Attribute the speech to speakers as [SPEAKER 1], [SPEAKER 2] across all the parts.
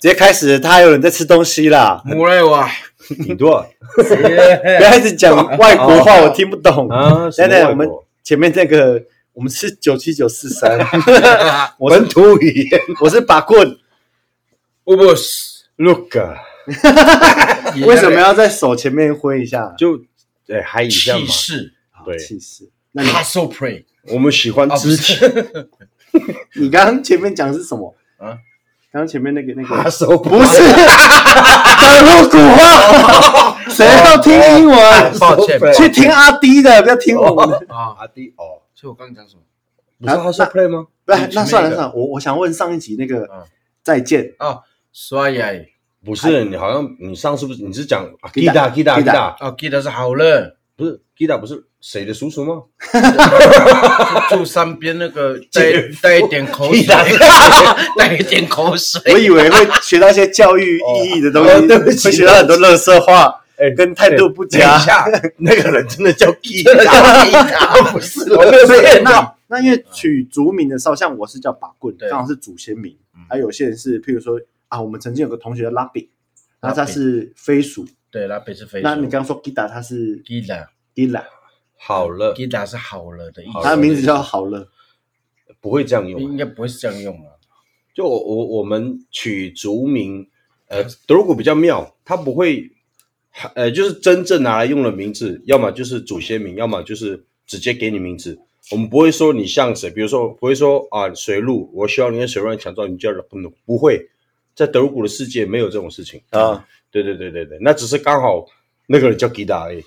[SPEAKER 1] 直接开始，他有人在吃东西啦，
[SPEAKER 2] 莫瑞 瓦，
[SPEAKER 3] 挺多
[SPEAKER 1] 不要一直讲
[SPEAKER 3] 哦
[SPEAKER 1] 外国话，我听不懂。
[SPEAKER 3] 啊。
[SPEAKER 1] 等
[SPEAKER 3] 什么
[SPEAKER 1] 等，
[SPEAKER 3] 外
[SPEAKER 1] 我们
[SPEAKER 3] 国
[SPEAKER 1] 前面那个，我们是九七九四 三，我
[SPEAKER 3] 本
[SPEAKER 1] 是
[SPEAKER 3] 土语言
[SPEAKER 1] 我是把棍，
[SPEAKER 2] 乌布斯，
[SPEAKER 3] ，look，
[SPEAKER 1] 为什么要在手前面挥一下？啊
[SPEAKER 3] 就哎还一样
[SPEAKER 2] 气
[SPEAKER 3] 嘛。
[SPEAKER 2] 势
[SPEAKER 3] 对
[SPEAKER 1] 气势。那你
[SPEAKER 2] ？Hustle pray，
[SPEAKER 3] 我们喜欢肢体，
[SPEAKER 1] 你刚刚前面讲的是什么？
[SPEAKER 2] 啊
[SPEAKER 1] 啊，刚刚前面那个那
[SPEAKER 3] 把
[SPEAKER 1] 个
[SPEAKER 3] 手哦不
[SPEAKER 1] 不 是讲入古
[SPEAKER 3] 哦
[SPEAKER 1] 话，谁要听英文？
[SPEAKER 2] 抱歉
[SPEAKER 1] 去听阿迪的，不要听我们的。
[SPEAKER 2] 啊！
[SPEAKER 3] 阿弟哦哦，
[SPEAKER 2] 所以我刚刚讲什么？
[SPEAKER 3] 不是他是 play 吗？
[SPEAKER 1] 不是，那算了
[SPEAKER 2] 前面那个
[SPEAKER 1] 算了，我我想问上一集那
[SPEAKER 2] 嗯
[SPEAKER 1] 个再见，
[SPEAKER 2] 哦，刷牙
[SPEAKER 3] 不是，你好像你上次不是你是讲啊
[SPEAKER 1] Gita
[SPEAKER 3] Gita Gita
[SPEAKER 1] Gita
[SPEAKER 3] Gita，
[SPEAKER 2] 哦，记得是好了，
[SPEAKER 3] 不是 Gita 不是谁的叔叔吗？
[SPEAKER 2] 住山边那 个带带一点口水， 带一点口 水。
[SPEAKER 1] 我以为会学到一些教 育意义的东西，
[SPEAKER 3] 哦哦对不起
[SPEAKER 1] 会学到很多乐色话
[SPEAKER 3] 哎
[SPEAKER 1] 跟态度不
[SPEAKER 3] 等一
[SPEAKER 1] 佳。
[SPEAKER 3] 下，那个人真的叫 Gita，
[SPEAKER 2] 我
[SPEAKER 3] 不是
[SPEAKER 1] 我
[SPEAKER 3] 我没有骗你。
[SPEAKER 1] 那那因为取族名的时候，像我是叫把棍，
[SPEAKER 2] 对
[SPEAKER 1] 刚好是祖先名
[SPEAKER 2] 嗯，
[SPEAKER 1] 还有些人是，譬如说啊，我们曾经有个同学叫拉比，那他
[SPEAKER 2] Labi
[SPEAKER 1] 是飞鼠，
[SPEAKER 2] 对，那北是非。
[SPEAKER 1] 那你刚刚说吉达他是
[SPEAKER 2] Gita
[SPEAKER 1] 吉拉，
[SPEAKER 3] 好了，
[SPEAKER 2] Gita 是好了的意思，
[SPEAKER 1] 他的名字叫好了，
[SPEAKER 3] 不会这样用啊。
[SPEAKER 2] 应该不会是这样用啊。
[SPEAKER 3] 就我我我们取族名，呃，德国比较妙，它不会，呃，就是真正拿来用的名字，要么就是祖先名，要么就是直接给你名字。我们不会说你像谁，比如说不会说啊水路，我希望你跟水路强壮，你叫不能不会，在德国的世界没有这种事情
[SPEAKER 1] 啊。
[SPEAKER 3] 对对对对对，那只是刚好那个人叫吉达而已，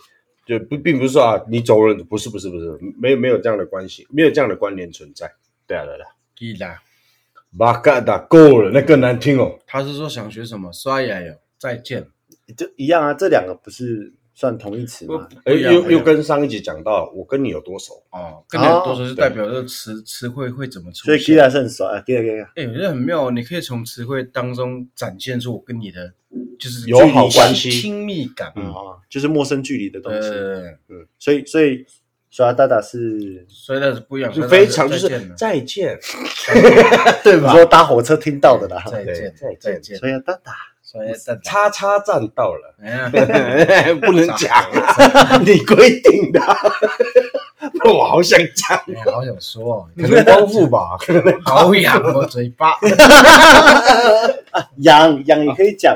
[SPEAKER 3] 就不并不是说啊你走了，不是不是不是，没有没有这样的关系，没有这样的关联存在。对啊对啊对啊，
[SPEAKER 2] Gita，
[SPEAKER 3] 巴嘎达够
[SPEAKER 2] 嗯
[SPEAKER 3] 了，那更难听哦。
[SPEAKER 2] 他是说想学什么？刷牙哟，再见。
[SPEAKER 1] 就一样啊，这两个不是算同义词吗？
[SPEAKER 2] 不
[SPEAKER 3] 哎，
[SPEAKER 2] 一样
[SPEAKER 3] 又
[SPEAKER 2] 不一样
[SPEAKER 3] 又跟上一集讲到，我跟你有多熟？
[SPEAKER 2] 哦，更加多说是代表这个词词汇会怎么出
[SPEAKER 1] 所
[SPEAKER 2] 现。
[SPEAKER 1] 以吉达是很熟啊，吉达吉达。
[SPEAKER 2] 哎、我觉得很妙哦，你可以从词汇当中展现出我跟你的就是
[SPEAKER 3] 友好关系
[SPEAKER 2] 亲密感。
[SPEAKER 3] 嗯
[SPEAKER 1] 哦，就是陌生距离的东西，
[SPEAKER 2] 呃，
[SPEAKER 1] 嗯，所以所以耍大大是
[SPEAKER 2] 所以那是不一样，
[SPEAKER 3] 就非常就是
[SPEAKER 2] 再见了
[SPEAKER 3] 再见，
[SPEAKER 1] 对吧？说搭火车听到的啦，
[SPEAKER 2] 再见，
[SPEAKER 3] 对
[SPEAKER 2] 再见，
[SPEAKER 1] 所以大大
[SPEAKER 2] 所以再见。
[SPEAKER 3] 叉叉站 到了，
[SPEAKER 2] 哎 呀，
[SPEAKER 3] 不能讲， 你规定的。那我好想讲，
[SPEAKER 2] 哎呀好想说哦，
[SPEAKER 3] 可能光复吧，
[SPEAKER 2] 好痒哦，嘴 巴。
[SPEAKER 1] 养养也可以讲，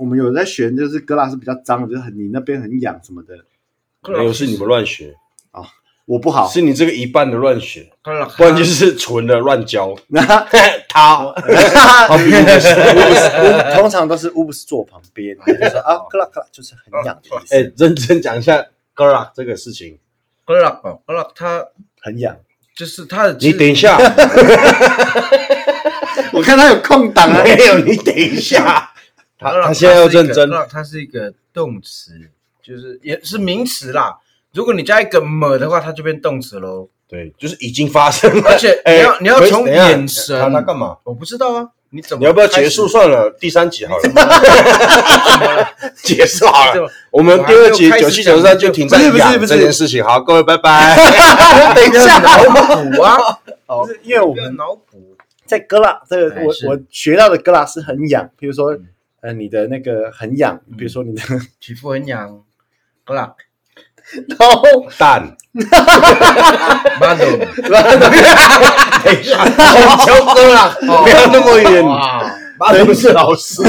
[SPEAKER 1] 我们有在学，就是哥拉是比较脏，就是很你那边很痒什么的，
[SPEAKER 3] 没哎有是你们乱学，
[SPEAKER 1] 我不好。
[SPEAKER 3] 是你这个一半的乱学，
[SPEAKER 2] 哥啊，
[SPEAKER 3] 不然就是纯的乱教。
[SPEAKER 1] 那 哈
[SPEAKER 3] 他
[SPEAKER 1] 哈哈，乌通常都是乌布斯坐旁边，就说啊，哥拉哥拉就是很痒的意
[SPEAKER 3] 哎
[SPEAKER 1] 思，，
[SPEAKER 3] 认真讲一下哥啊这个事情。
[SPEAKER 2] 哥啊，哥啊，他
[SPEAKER 1] 很痒。
[SPEAKER 2] 就是他的，
[SPEAKER 3] 你等一 下，
[SPEAKER 1] 我看他有空档啊，
[SPEAKER 3] 没有，你等一下。他
[SPEAKER 2] 克朗
[SPEAKER 3] 他现在要认真，
[SPEAKER 2] 克朗它是一个动词，就是也是名词啦。如果你加一个么的话，它就变动词喽。
[SPEAKER 3] 对，就是已经发生了。
[SPEAKER 2] 而且你要你要
[SPEAKER 3] 可以
[SPEAKER 2] 从
[SPEAKER 3] 哎等一下
[SPEAKER 2] 眼神
[SPEAKER 3] 他他干嘛？
[SPEAKER 2] 我不知道啊，你怎么
[SPEAKER 3] 你要不要
[SPEAKER 2] 开始
[SPEAKER 3] 结束？算了？第三集好了，结束
[SPEAKER 2] 你
[SPEAKER 3] 好
[SPEAKER 2] 怎
[SPEAKER 3] 了。
[SPEAKER 2] 么
[SPEAKER 3] 我们第二集
[SPEAKER 2] 我还没有开
[SPEAKER 3] 九
[SPEAKER 2] 始
[SPEAKER 3] 七九
[SPEAKER 2] 讲
[SPEAKER 3] 三就停在
[SPEAKER 1] 不是不是
[SPEAKER 3] 养
[SPEAKER 1] 不是
[SPEAKER 3] 这件事情。好，各位拜拜。
[SPEAKER 1] 等一下，
[SPEAKER 2] 补啊，
[SPEAKER 1] 不是因为我
[SPEAKER 2] 不要
[SPEAKER 1] 们
[SPEAKER 2] 脑补。
[SPEAKER 1] 在哥拉这个
[SPEAKER 2] 哎
[SPEAKER 1] 我
[SPEAKER 2] 是
[SPEAKER 1] 我学到的哥拉是很痒，比如说
[SPEAKER 2] 嗯
[SPEAKER 1] 呃你的那个很痒，比如说你的，
[SPEAKER 2] 皮肤很痒，克朗，
[SPEAKER 1] 然后
[SPEAKER 3] 蛋，
[SPEAKER 2] 妈的，
[SPEAKER 3] 等一下，求哥了， 不要那么远。
[SPEAKER 2] 哦哇！
[SPEAKER 3] 妈的，不是老师，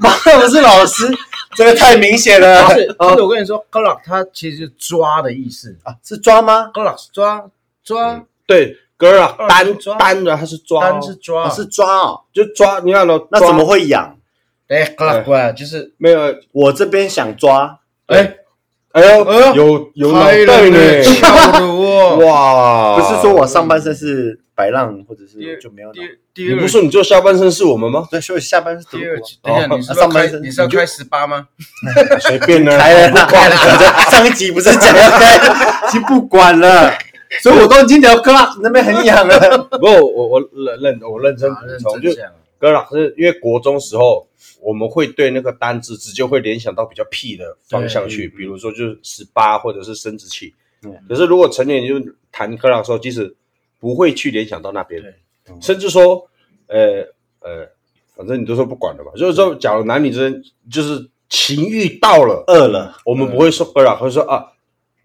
[SPEAKER 1] 马上是老师，这个太明显了
[SPEAKER 3] 啊
[SPEAKER 2] 不是，不是我跟你说，克朗它其实是抓的意思，
[SPEAKER 1] 啊，是抓吗？
[SPEAKER 2] 克朗是抓抓，
[SPEAKER 3] 对。哥啊，单
[SPEAKER 2] 抓
[SPEAKER 3] 单的他是嗯抓哦，
[SPEAKER 2] 单是抓，
[SPEAKER 1] 啊是抓哦，
[SPEAKER 3] 就抓，你看咯，
[SPEAKER 1] 那
[SPEAKER 3] 抓
[SPEAKER 1] 怎么会痒？
[SPEAKER 2] 哎，克朗过来就是
[SPEAKER 3] 没有？
[SPEAKER 1] 我这边想抓，
[SPEAKER 2] 哎，
[SPEAKER 3] 哎呦，
[SPEAKER 2] 哎呦
[SPEAKER 3] 有有脑
[SPEAKER 2] 开
[SPEAKER 3] 袋
[SPEAKER 2] 了
[SPEAKER 3] 呢
[SPEAKER 2] 呢，， 跳的哦。
[SPEAKER 3] 哇！
[SPEAKER 1] 不是说我上半身是白浪，或者
[SPEAKER 2] 第
[SPEAKER 1] 是
[SPEAKER 2] 二
[SPEAKER 1] 就没有脑？
[SPEAKER 2] 第。二第
[SPEAKER 3] 你
[SPEAKER 2] 二
[SPEAKER 3] 不是说你做下半身是我们吗
[SPEAKER 1] 对，所以下半身是
[SPEAKER 2] 第
[SPEAKER 1] 德
[SPEAKER 2] 二
[SPEAKER 1] 国
[SPEAKER 2] 集，等一下，你是
[SPEAKER 1] 哦
[SPEAKER 2] 不是
[SPEAKER 1] 上
[SPEAKER 2] 要
[SPEAKER 1] 半
[SPEAKER 2] 开
[SPEAKER 1] 身
[SPEAKER 2] 你是要开十八吗？
[SPEAKER 3] 随便呢，
[SPEAKER 1] 来了啦，上一集不是讲要开，已经不管 了，所以我都已经聊 class 那边很痒了。
[SPEAKER 3] 不，我我认认我认
[SPEAKER 2] 啊
[SPEAKER 3] 真补充，就
[SPEAKER 2] 讲，
[SPEAKER 3] 跟老师，因为国中时候我们会对那个单字直接会联想到比较屁的方向去，比如说就是十八或者是生殖器。
[SPEAKER 1] 嗯
[SPEAKER 3] 可是如果成年就谈科朗的时候，其实不会去联想到那边
[SPEAKER 2] 对，
[SPEAKER 1] 嗯
[SPEAKER 3] 甚至说，呃呃，反正你都说不管了吧。就是说，假如男女之间就是情欲到了，
[SPEAKER 1] 饿了，
[SPEAKER 3] 我们不会说科朗，会说啊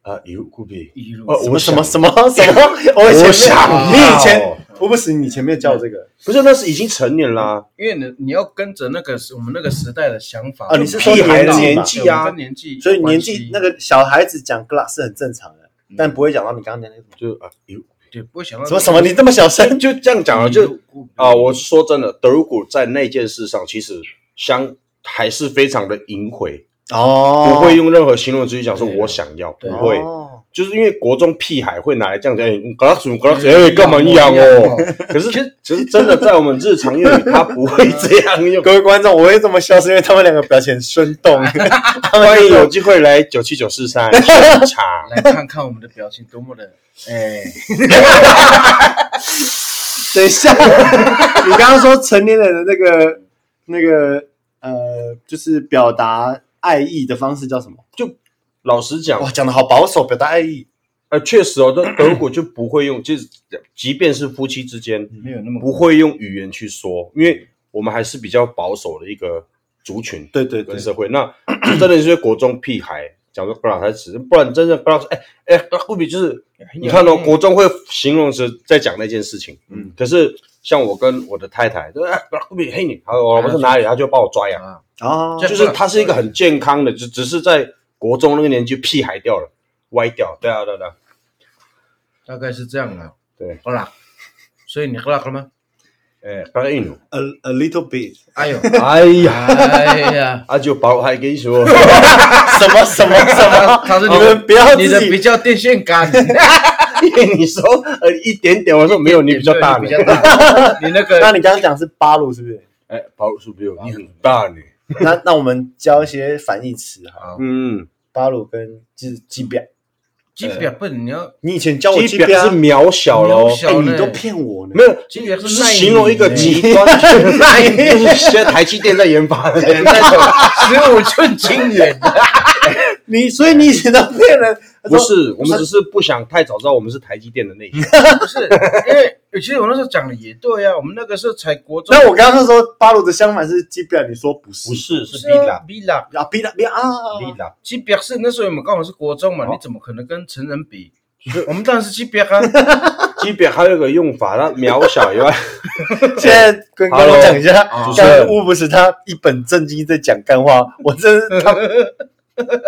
[SPEAKER 3] 啊，有酷比，
[SPEAKER 2] 一路
[SPEAKER 3] 呃，我
[SPEAKER 1] 什
[SPEAKER 3] 想
[SPEAKER 1] 么什么什 么，我以前
[SPEAKER 3] 我想要
[SPEAKER 1] 你以前我不是你以前没有教这个
[SPEAKER 3] 不是，那是已经成年啦、
[SPEAKER 2] 因为你你要跟着那个时我们那个时代的想法
[SPEAKER 1] 哦你是
[SPEAKER 2] 我
[SPEAKER 1] 说
[SPEAKER 2] 们
[SPEAKER 1] 屁孩的
[SPEAKER 2] 对
[SPEAKER 1] 年
[SPEAKER 3] 纪啊
[SPEAKER 2] 我们跟年纪有关系，
[SPEAKER 1] 所以年纪那个小孩子讲 glass 是很正常的，
[SPEAKER 3] 嗯
[SPEAKER 1] 但不会讲到你刚刚讲那个
[SPEAKER 3] 就啊有
[SPEAKER 2] 对不会想
[SPEAKER 3] 嗯
[SPEAKER 2] 到
[SPEAKER 1] 什么什么什么，你这么小声，
[SPEAKER 3] 就这样讲了，就
[SPEAKER 1] 哦
[SPEAKER 3] 啊、我说真的，德国在那件事上其实相还是非常的隐晦，
[SPEAKER 1] 哦
[SPEAKER 3] 不会用任何形容词去讲说
[SPEAKER 2] 对
[SPEAKER 3] 我想要，不
[SPEAKER 2] 对
[SPEAKER 3] 会，
[SPEAKER 1] 哦就是
[SPEAKER 3] 就是因为国中屁孩会拿来这样讲，哎，格拉什格拉什，哎，干嘛一样哦？ 可是其实嗯真的在我们日常用语，他不会这样用。
[SPEAKER 1] 各位观众，我会这么笑是因为他们两个表情很生 动，他们
[SPEAKER 3] 欢
[SPEAKER 1] 就
[SPEAKER 3] 迎
[SPEAKER 1] 是
[SPEAKER 3] 有机会来九七九四三 茶，
[SPEAKER 2] 来看看我们的表情多么的哎，
[SPEAKER 1] 等一下， 你刚刚说成年人的那个那个呃，就是表达爱意的方式叫什么？
[SPEAKER 3] 老实讲
[SPEAKER 1] 哇，，讲的好保守，表达爱意。
[SPEAKER 3] 呃，确实哦，但德国就不会用，就是即便是夫妻之间，
[SPEAKER 2] 没有那么
[SPEAKER 3] 不会用语言去说，因为我们还是比较保守的一个族群
[SPEAKER 1] 对对对
[SPEAKER 3] 跟，社会。那 就真的是国中屁孩讲说不老才词，不然真的不老哎哎，不比就是你看哦，国中会形容词在讲那件事情，
[SPEAKER 1] 嗯，
[SPEAKER 3] 可是像我跟我的太太，对哎，不比嘿你，好，我老婆是哪里，他哎就帮嗯我抓痒，
[SPEAKER 2] 啊，
[SPEAKER 1] 哦，
[SPEAKER 2] 就
[SPEAKER 3] 就是他是一个很健康的，只只是在国中那个年纪屁孩掉了，歪掉，对啊对啊对啊，
[SPEAKER 2] 大概是这样
[SPEAKER 1] 嗯
[SPEAKER 2] 啊。
[SPEAKER 3] 对，
[SPEAKER 2] 好啦，所以你喝了吗？
[SPEAKER 3] 哎，不要硬
[SPEAKER 1] a a little bit，
[SPEAKER 2] 哎 呦，
[SPEAKER 3] 哎呀，
[SPEAKER 2] 哎呀，
[SPEAKER 3] 他啊就把我还跟你 说。
[SPEAKER 1] 什么什么什 么？
[SPEAKER 2] 他说
[SPEAKER 1] 你们不要
[SPEAKER 2] 你的
[SPEAKER 1] 自己
[SPEAKER 2] 比较电线杆，
[SPEAKER 3] 因为你说呃一点点，我说没有，你比较大
[SPEAKER 2] 对
[SPEAKER 3] 呢
[SPEAKER 2] 你。比较大， 你那
[SPEAKER 1] 那
[SPEAKER 2] 个
[SPEAKER 1] 你刚刚讲是八路是不是？
[SPEAKER 3] 哎，保叔比我你很大呢。
[SPEAKER 1] 那那我们教一些反义词哈，
[SPEAKER 2] 啊，
[SPEAKER 3] 嗯，
[SPEAKER 1] 八路跟就是基表。
[SPEAKER 2] 基表不能你要
[SPEAKER 1] 你以前教我
[SPEAKER 3] 基
[SPEAKER 1] 基
[SPEAKER 3] 表是渺小喽
[SPEAKER 2] 渺，小
[SPEAKER 1] 哎
[SPEAKER 2] 呢
[SPEAKER 1] 你都骗我呢。
[SPEAKER 3] 没有，
[SPEAKER 2] 基表
[SPEAKER 3] 就是是
[SPEAKER 2] 耐
[SPEAKER 3] 形容一个
[SPEAKER 2] 你
[SPEAKER 3] 极 端，就是现在台积电在研发的。
[SPEAKER 2] 十五寸金元，
[SPEAKER 1] 你，所以你以前都骗人。
[SPEAKER 3] 不是，我们只是不想太早知道我们是台积电的内 线。
[SPEAKER 2] 不是？因为其实我那时候讲的也对啊，我们那个时候才国中，
[SPEAKER 1] 那我刚刚说八路的相反是基表，你说不是？
[SPEAKER 3] 是，是
[SPEAKER 2] 是啊，比啦，
[SPEAKER 1] 啊，比了比了啊，
[SPEAKER 3] 必啦。
[SPEAKER 2] 基表是那时候我们刚好是国中嘛，
[SPEAKER 3] 哦
[SPEAKER 2] 你怎么可能跟成人比？我们当然是基表啊，
[SPEAKER 3] 基表还有一个用法，它渺小以外，
[SPEAKER 1] 现在跟观众讲一下
[SPEAKER 2] 啊，
[SPEAKER 1] 刚刚乌不是他一本正经在讲干话，我真是 他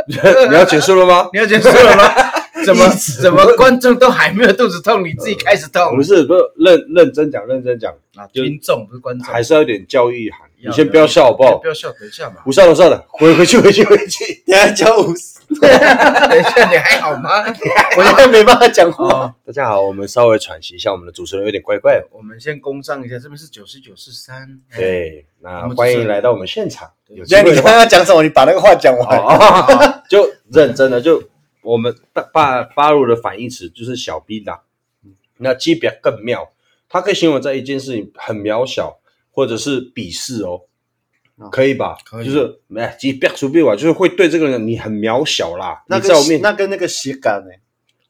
[SPEAKER 3] 你要结束了吗？
[SPEAKER 2] 你要结束了吗？怎么怎么观众都还没有肚子痛，你自己开始痛
[SPEAKER 3] 不？呃是，不是认认真讲，认真讲，
[SPEAKER 2] 啊，
[SPEAKER 3] 就
[SPEAKER 2] 听众不是观众，
[SPEAKER 3] 还是要有点教育意涵。
[SPEAKER 2] 要
[SPEAKER 3] 你先不要笑好不好
[SPEAKER 2] 不？要笑，等一下嘛，
[SPEAKER 3] 不笑了，算了，回回去，回去，回去。
[SPEAKER 1] 你还教五十，
[SPEAKER 2] 等一下你还好吗？
[SPEAKER 1] 我现在没办法讲话。
[SPEAKER 2] 哦，
[SPEAKER 3] 大家好，我们稍微喘息一下，我们的主持人有点怪哦怪的。
[SPEAKER 2] 我们先攻上一下，这边是九十九是三，哎，
[SPEAKER 3] 对，那
[SPEAKER 2] 我们主持
[SPEAKER 3] 欢
[SPEAKER 2] 人
[SPEAKER 3] 迎来到我们现场。有机
[SPEAKER 1] 现在
[SPEAKER 3] 会
[SPEAKER 1] 你
[SPEAKER 3] 的
[SPEAKER 1] 刚刚
[SPEAKER 3] 话，
[SPEAKER 1] 要讲什么？你把那个话讲
[SPEAKER 3] 好
[SPEAKER 1] 完。
[SPEAKER 3] 啊好啊就认真的，就我们大巴巴鲁的反义词就是小逼啦。那基表更妙，它可以形容在一件事情很渺小，或者是鄙视哦，
[SPEAKER 1] 哦
[SPEAKER 3] 可以吧？
[SPEAKER 2] 可以
[SPEAKER 3] 就是哎，基表出逼吧，就是会对这个人你很渺小啦。
[SPEAKER 1] 那
[SPEAKER 3] 你在我
[SPEAKER 1] 跟
[SPEAKER 3] 面
[SPEAKER 1] 那跟那个斜杆呢？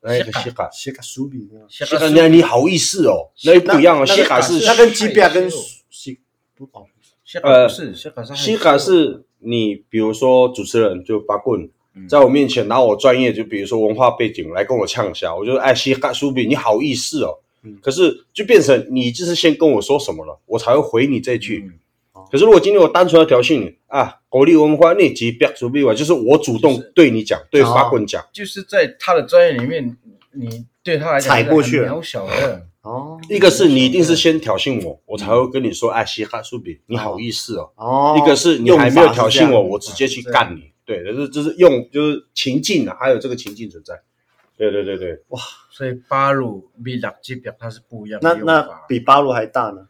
[SPEAKER 3] 哎，
[SPEAKER 2] 西卡
[SPEAKER 3] 西卡，
[SPEAKER 1] 斜杆苏比呢？
[SPEAKER 2] 下
[SPEAKER 3] 西卡，你你好意思哦，那又不一样哦。
[SPEAKER 1] 那
[SPEAKER 3] 西卡是
[SPEAKER 1] 那跟基表跟
[SPEAKER 2] 是
[SPEAKER 1] 西不哦，
[SPEAKER 2] 西卡不是西卡是
[SPEAKER 3] 西卡是你，比如说主持人就八棍
[SPEAKER 2] 嗯，
[SPEAKER 3] 在我面前拿我专业，就比如说文化背景来跟我呛下，我就哎西卡苏比，你好意思哦
[SPEAKER 1] 嗯。
[SPEAKER 3] 可是就变成你就是先跟我说什么了，我才会回你这句。
[SPEAKER 2] 嗯
[SPEAKER 3] 可是如果今天我单纯的挑衅你啊，国立文化你及表苏比我，就是我主动对你讲，对八棍讲，
[SPEAKER 2] 就是在他的专业里面，你对他来讲
[SPEAKER 1] 踩过去
[SPEAKER 2] 是
[SPEAKER 1] 了
[SPEAKER 2] 很渺小的，
[SPEAKER 1] 哦
[SPEAKER 3] 一个是你一定是先挑衅我，我才会跟你说哎西卡苏比，你好意思哦。
[SPEAKER 1] 哦，
[SPEAKER 3] 一个是你还没有挑衅我，我直接去干你。对，就是就是用就是情境啊，还有这个情境存在。对对对对，
[SPEAKER 2] 所以巴鲁比两级表它是不一样
[SPEAKER 1] 那
[SPEAKER 2] 的用
[SPEAKER 1] 那
[SPEAKER 2] 法。
[SPEAKER 1] 比巴鲁还大呢。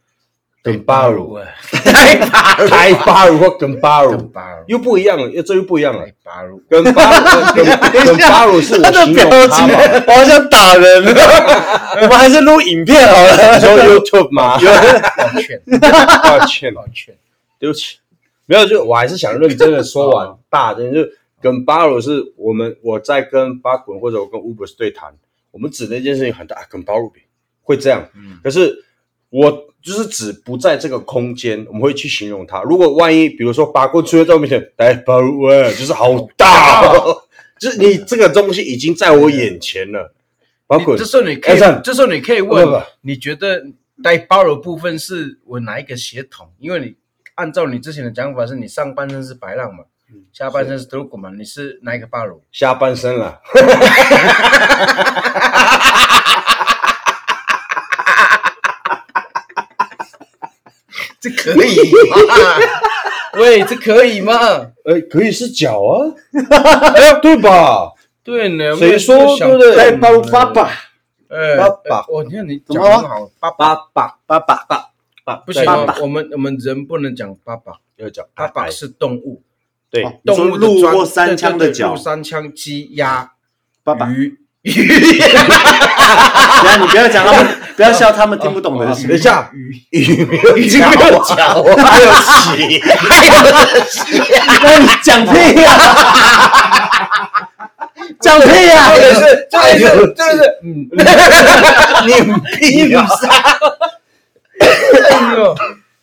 [SPEAKER 3] 跟巴鲁，
[SPEAKER 2] 哎，
[SPEAKER 3] 开巴鲁或跟巴
[SPEAKER 2] 跟
[SPEAKER 3] 鲁
[SPEAKER 2] 巴鲁，
[SPEAKER 3] 又不一样了，又这又不一样了
[SPEAKER 2] 哎。巴鲁，
[SPEAKER 3] 跟巴鲁跟跟巴鲁是我
[SPEAKER 1] 他的
[SPEAKER 3] 形
[SPEAKER 1] 表
[SPEAKER 3] 容他
[SPEAKER 1] 情，
[SPEAKER 3] 嘛，
[SPEAKER 1] 我好想打人。 我们还是录影片好了。
[SPEAKER 3] 你说 YouTube 吗？
[SPEAKER 2] 抱歉，
[SPEAKER 3] 抱歉，
[SPEAKER 2] 抱歉，
[SPEAKER 3] 对不起，没有，就我还是想认真的说完大真就跟巴鲁是我们我在跟巴滚或者我跟 Uber 对谈，我们指那件事情很大，啊跟巴鲁比会这样，
[SPEAKER 2] 嗯
[SPEAKER 3] 可是我就是指不在这个空间，我们会去形容它。如果万一比如说巴棍出现在我面前，哎，巴鲁哎，就是好大、哦，就是你这个东西已经在我眼前了，巴
[SPEAKER 2] 你
[SPEAKER 3] 滚
[SPEAKER 2] 这时候你可以
[SPEAKER 3] 哎算了，
[SPEAKER 2] 这时候你可以
[SPEAKER 3] 不不
[SPEAKER 2] 问
[SPEAKER 3] 不，
[SPEAKER 2] 你觉得带包的部分是我哪一个血统？因为你按照你之前的讲法，是你上半身是白浪嘛，
[SPEAKER 3] 嗯
[SPEAKER 2] 下半身是德国嘛，你是哪一个巴鲁？
[SPEAKER 3] 下半身了。
[SPEAKER 2] 这可以吗？ 喂，这可以吗？
[SPEAKER 3] 哎，可以是脚啊，哎对 吧？
[SPEAKER 2] 对呢，
[SPEAKER 3] 谁说
[SPEAKER 2] 我没有想
[SPEAKER 3] 对不对
[SPEAKER 1] 来巴鲁爸爸，
[SPEAKER 2] 哎，
[SPEAKER 3] 爸爸
[SPEAKER 2] 哎我听你
[SPEAKER 1] 怎
[SPEAKER 2] 讲
[SPEAKER 1] 么
[SPEAKER 2] 得
[SPEAKER 1] 了
[SPEAKER 2] 很好，爸爸
[SPEAKER 3] 爸
[SPEAKER 1] 爸
[SPEAKER 3] 爸
[SPEAKER 1] 爸爸
[SPEAKER 3] 爸，
[SPEAKER 2] 不行
[SPEAKER 3] 爸
[SPEAKER 2] 哦
[SPEAKER 3] 爸，
[SPEAKER 2] 我们我们人不能讲爸爸，
[SPEAKER 3] 要讲
[SPEAKER 2] 爸爸
[SPEAKER 3] 哎
[SPEAKER 2] 是动物，
[SPEAKER 3] 对，
[SPEAKER 1] 哦你说
[SPEAKER 2] 动物的嗯
[SPEAKER 1] 鹿
[SPEAKER 2] 专
[SPEAKER 1] 或山羌的
[SPEAKER 2] 对对对
[SPEAKER 1] 脚
[SPEAKER 2] 鹿三枪鸡鸭
[SPEAKER 1] 爸爸。
[SPEAKER 2] 鱼，
[SPEAKER 1] 不要，你不要讲他 们，不要笑他们听不懂的
[SPEAKER 3] 等一
[SPEAKER 1] 事。
[SPEAKER 3] 下，鱼没有
[SPEAKER 2] 鱼没有
[SPEAKER 3] 脚啊，还有鳍，
[SPEAKER 1] 那你讲屁呀！ 讲屁呀！
[SPEAKER 2] 这个是
[SPEAKER 3] 哎
[SPEAKER 2] 这个
[SPEAKER 3] 呦
[SPEAKER 2] 是这个是，嗯，
[SPEAKER 3] 你屁啊！
[SPEAKER 2] 哎呦，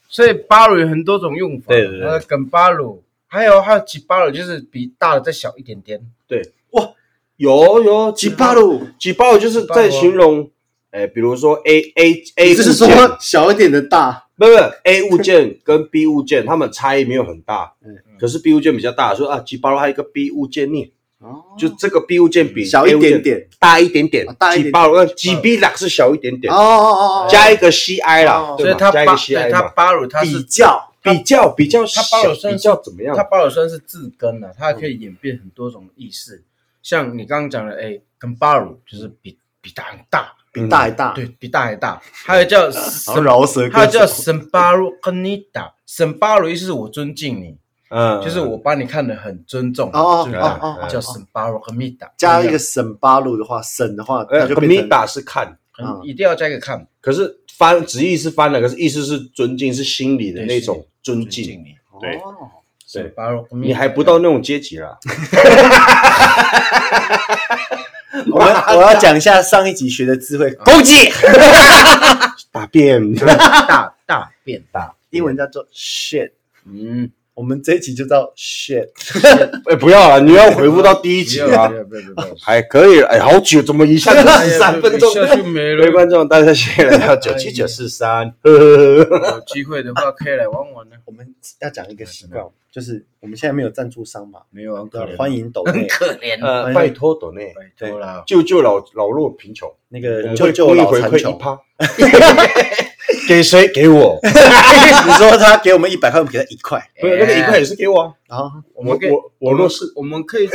[SPEAKER 2] 所以巴鲁有很多种用法，
[SPEAKER 3] 对对对
[SPEAKER 2] 呃，梗巴鲁，还有还有吉巴鲁，就是比大的再小一点点，
[SPEAKER 3] 对，哇，有有
[SPEAKER 1] 吉巴，鲁，
[SPEAKER 3] 几巴鲁就是在形容，哎，比如说 A A
[SPEAKER 1] 啊你
[SPEAKER 3] A 物
[SPEAKER 1] 是说
[SPEAKER 3] 件，
[SPEAKER 1] 小一点的大？
[SPEAKER 3] 不不，A 物件跟 B 物件，它们差异没有很大
[SPEAKER 1] 嗯，
[SPEAKER 3] 可是 B 物件比较大，说啊，吉巴鲁还有一个 B 物件呢，
[SPEAKER 1] 哦
[SPEAKER 3] 就这个 B 物件比
[SPEAKER 1] 小一
[SPEAKER 3] A 物件
[SPEAKER 1] 点点，
[SPEAKER 3] 大一点点
[SPEAKER 1] 啊，大一点
[SPEAKER 3] 吉巴鲁那吉比拉是小一点点
[SPEAKER 1] 哦，哦哦，
[SPEAKER 3] 加一个 C I 啦
[SPEAKER 1] 哦，
[SPEAKER 3] 对
[SPEAKER 2] 所以
[SPEAKER 3] 吧
[SPEAKER 2] 他
[SPEAKER 3] 加一
[SPEAKER 2] 巴
[SPEAKER 3] 个 C
[SPEAKER 2] 对
[SPEAKER 3] I
[SPEAKER 2] 他
[SPEAKER 3] 嘛。
[SPEAKER 2] 巴鲁他
[SPEAKER 1] 比
[SPEAKER 2] 是
[SPEAKER 1] 较
[SPEAKER 3] 比较比较
[SPEAKER 2] 它巴尔
[SPEAKER 3] 小
[SPEAKER 2] 算
[SPEAKER 3] 比
[SPEAKER 2] 是
[SPEAKER 3] 较怎么样嗯
[SPEAKER 2] 它？巴尔算是字根了、它还可以演变很多种意思。像你刚刚讲的，哎，跟巴鲁就是比比大很大，
[SPEAKER 1] 比大还大，
[SPEAKER 2] 对比大还大。还有叫
[SPEAKER 1] 好
[SPEAKER 2] 神，
[SPEAKER 1] 饶舌
[SPEAKER 2] 还
[SPEAKER 1] 歌
[SPEAKER 2] 有叫
[SPEAKER 1] 手。
[SPEAKER 2] 神巴鲁跟你打。神巴鲁意思是我尊敬你，
[SPEAKER 3] 嗯
[SPEAKER 2] 就是我把你看得很尊重，
[SPEAKER 1] 哦
[SPEAKER 2] 就
[SPEAKER 1] 哦哦
[SPEAKER 2] 是这
[SPEAKER 1] 哦
[SPEAKER 2] 样
[SPEAKER 1] 哦，
[SPEAKER 2] 叫神巴鲁跟你打，
[SPEAKER 1] 加一个沈巴鲁的话，沈的话，那
[SPEAKER 3] 呃
[SPEAKER 1] 就
[SPEAKER 3] 跟
[SPEAKER 1] 变
[SPEAKER 3] 米
[SPEAKER 1] 成
[SPEAKER 3] 打是看，
[SPEAKER 2] 嗯一定要加一个看
[SPEAKER 3] 可是翻直译是翻了，可是意思是尊敬，是心里的那种尊
[SPEAKER 2] 尊
[SPEAKER 3] 敬。
[SPEAKER 2] 敬你。
[SPEAKER 3] 对
[SPEAKER 1] 哦
[SPEAKER 3] 对
[SPEAKER 2] 神，巴鲁跟
[SPEAKER 3] 你还不到那种阶级啦。
[SPEAKER 1] 我们我要讲一下上一集学的智慧，攻 击，
[SPEAKER 3] 大便，
[SPEAKER 2] 大大变大，
[SPEAKER 1] 英文叫做 shit。
[SPEAKER 2] 嗯，
[SPEAKER 1] 我们这一集就叫 shit，
[SPEAKER 3] 哎，不要了，你要回复到第一集
[SPEAKER 2] 不要
[SPEAKER 3] 啊
[SPEAKER 2] 不。要不要不要。
[SPEAKER 3] 还可以了，哎，好久，怎么一下就
[SPEAKER 2] 哎
[SPEAKER 3] 十
[SPEAKER 2] 呀
[SPEAKER 3] 三分钟？
[SPEAKER 2] 一下就没了
[SPEAKER 3] 各位观众，大家谢谢来到九七九四三，呵 呵呵呵
[SPEAKER 2] 有机会的话可以来玩玩呢。
[SPEAKER 1] 我们要讲一个习惯，就是我们现在没有赞助商嘛，
[SPEAKER 2] 没有，很可
[SPEAKER 1] 对
[SPEAKER 2] 怜，
[SPEAKER 1] 欢迎抖内
[SPEAKER 2] 可怜啊，
[SPEAKER 3] 呃，拜托朵内，
[SPEAKER 2] 拜托啦，
[SPEAKER 3] 救救老老弱贫穷，
[SPEAKER 1] 那
[SPEAKER 3] 我
[SPEAKER 1] 个
[SPEAKER 3] 们
[SPEAKER 1] 救
[SPEAKER 3] 会
[SPEAKER 1] 救
[SPEAKER 3] 故意
[SPEAKER 1] 老
[SPEAKER 3] 回
[SPEAKER 1] 残
[SPEAKER 3] 馈一
[SPEAKER 1] 穷。
[SPEAKER 3] 趴，给谁？给我。
[SPEAKER 1] 你说他给我们一百块，我们给他一块，
[SPEAKER 3] 不是那个一块也是给我啊。
[SPEAKER 1] 然后
[SPEAKER 2] 我们可以，
[SPEAKER 3] 我我若是
[SPEAKER 2] 我们可以抽，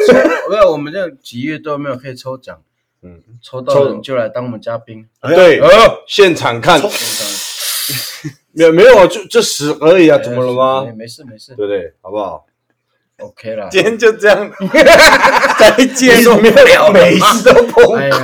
[SPEAKER 2] 没有，我们这样几月都没有可以抽奖，
[SPEAKER 3] 嗯，
[SPEAKER 2] 抽到人就来当我们嘉宾。
[SPEAKER 1] 哎
[SPEAKER 3] 对，哎现场看没有没有啊，就就死而已啊，怎么了
[SPEAKER 2] 哎
[SPEAKER 3] 吗？
[SPEAKER 2] 没事没事
[SPEAKER 3] 对不对？好不好？
[SPEAKER 2] ，OK 啦。
[SPEAKER 1] 今天就这样，再见。
[SPEAKER 3] 没有每一次都崩
[SPEAKER 2] 哎呀，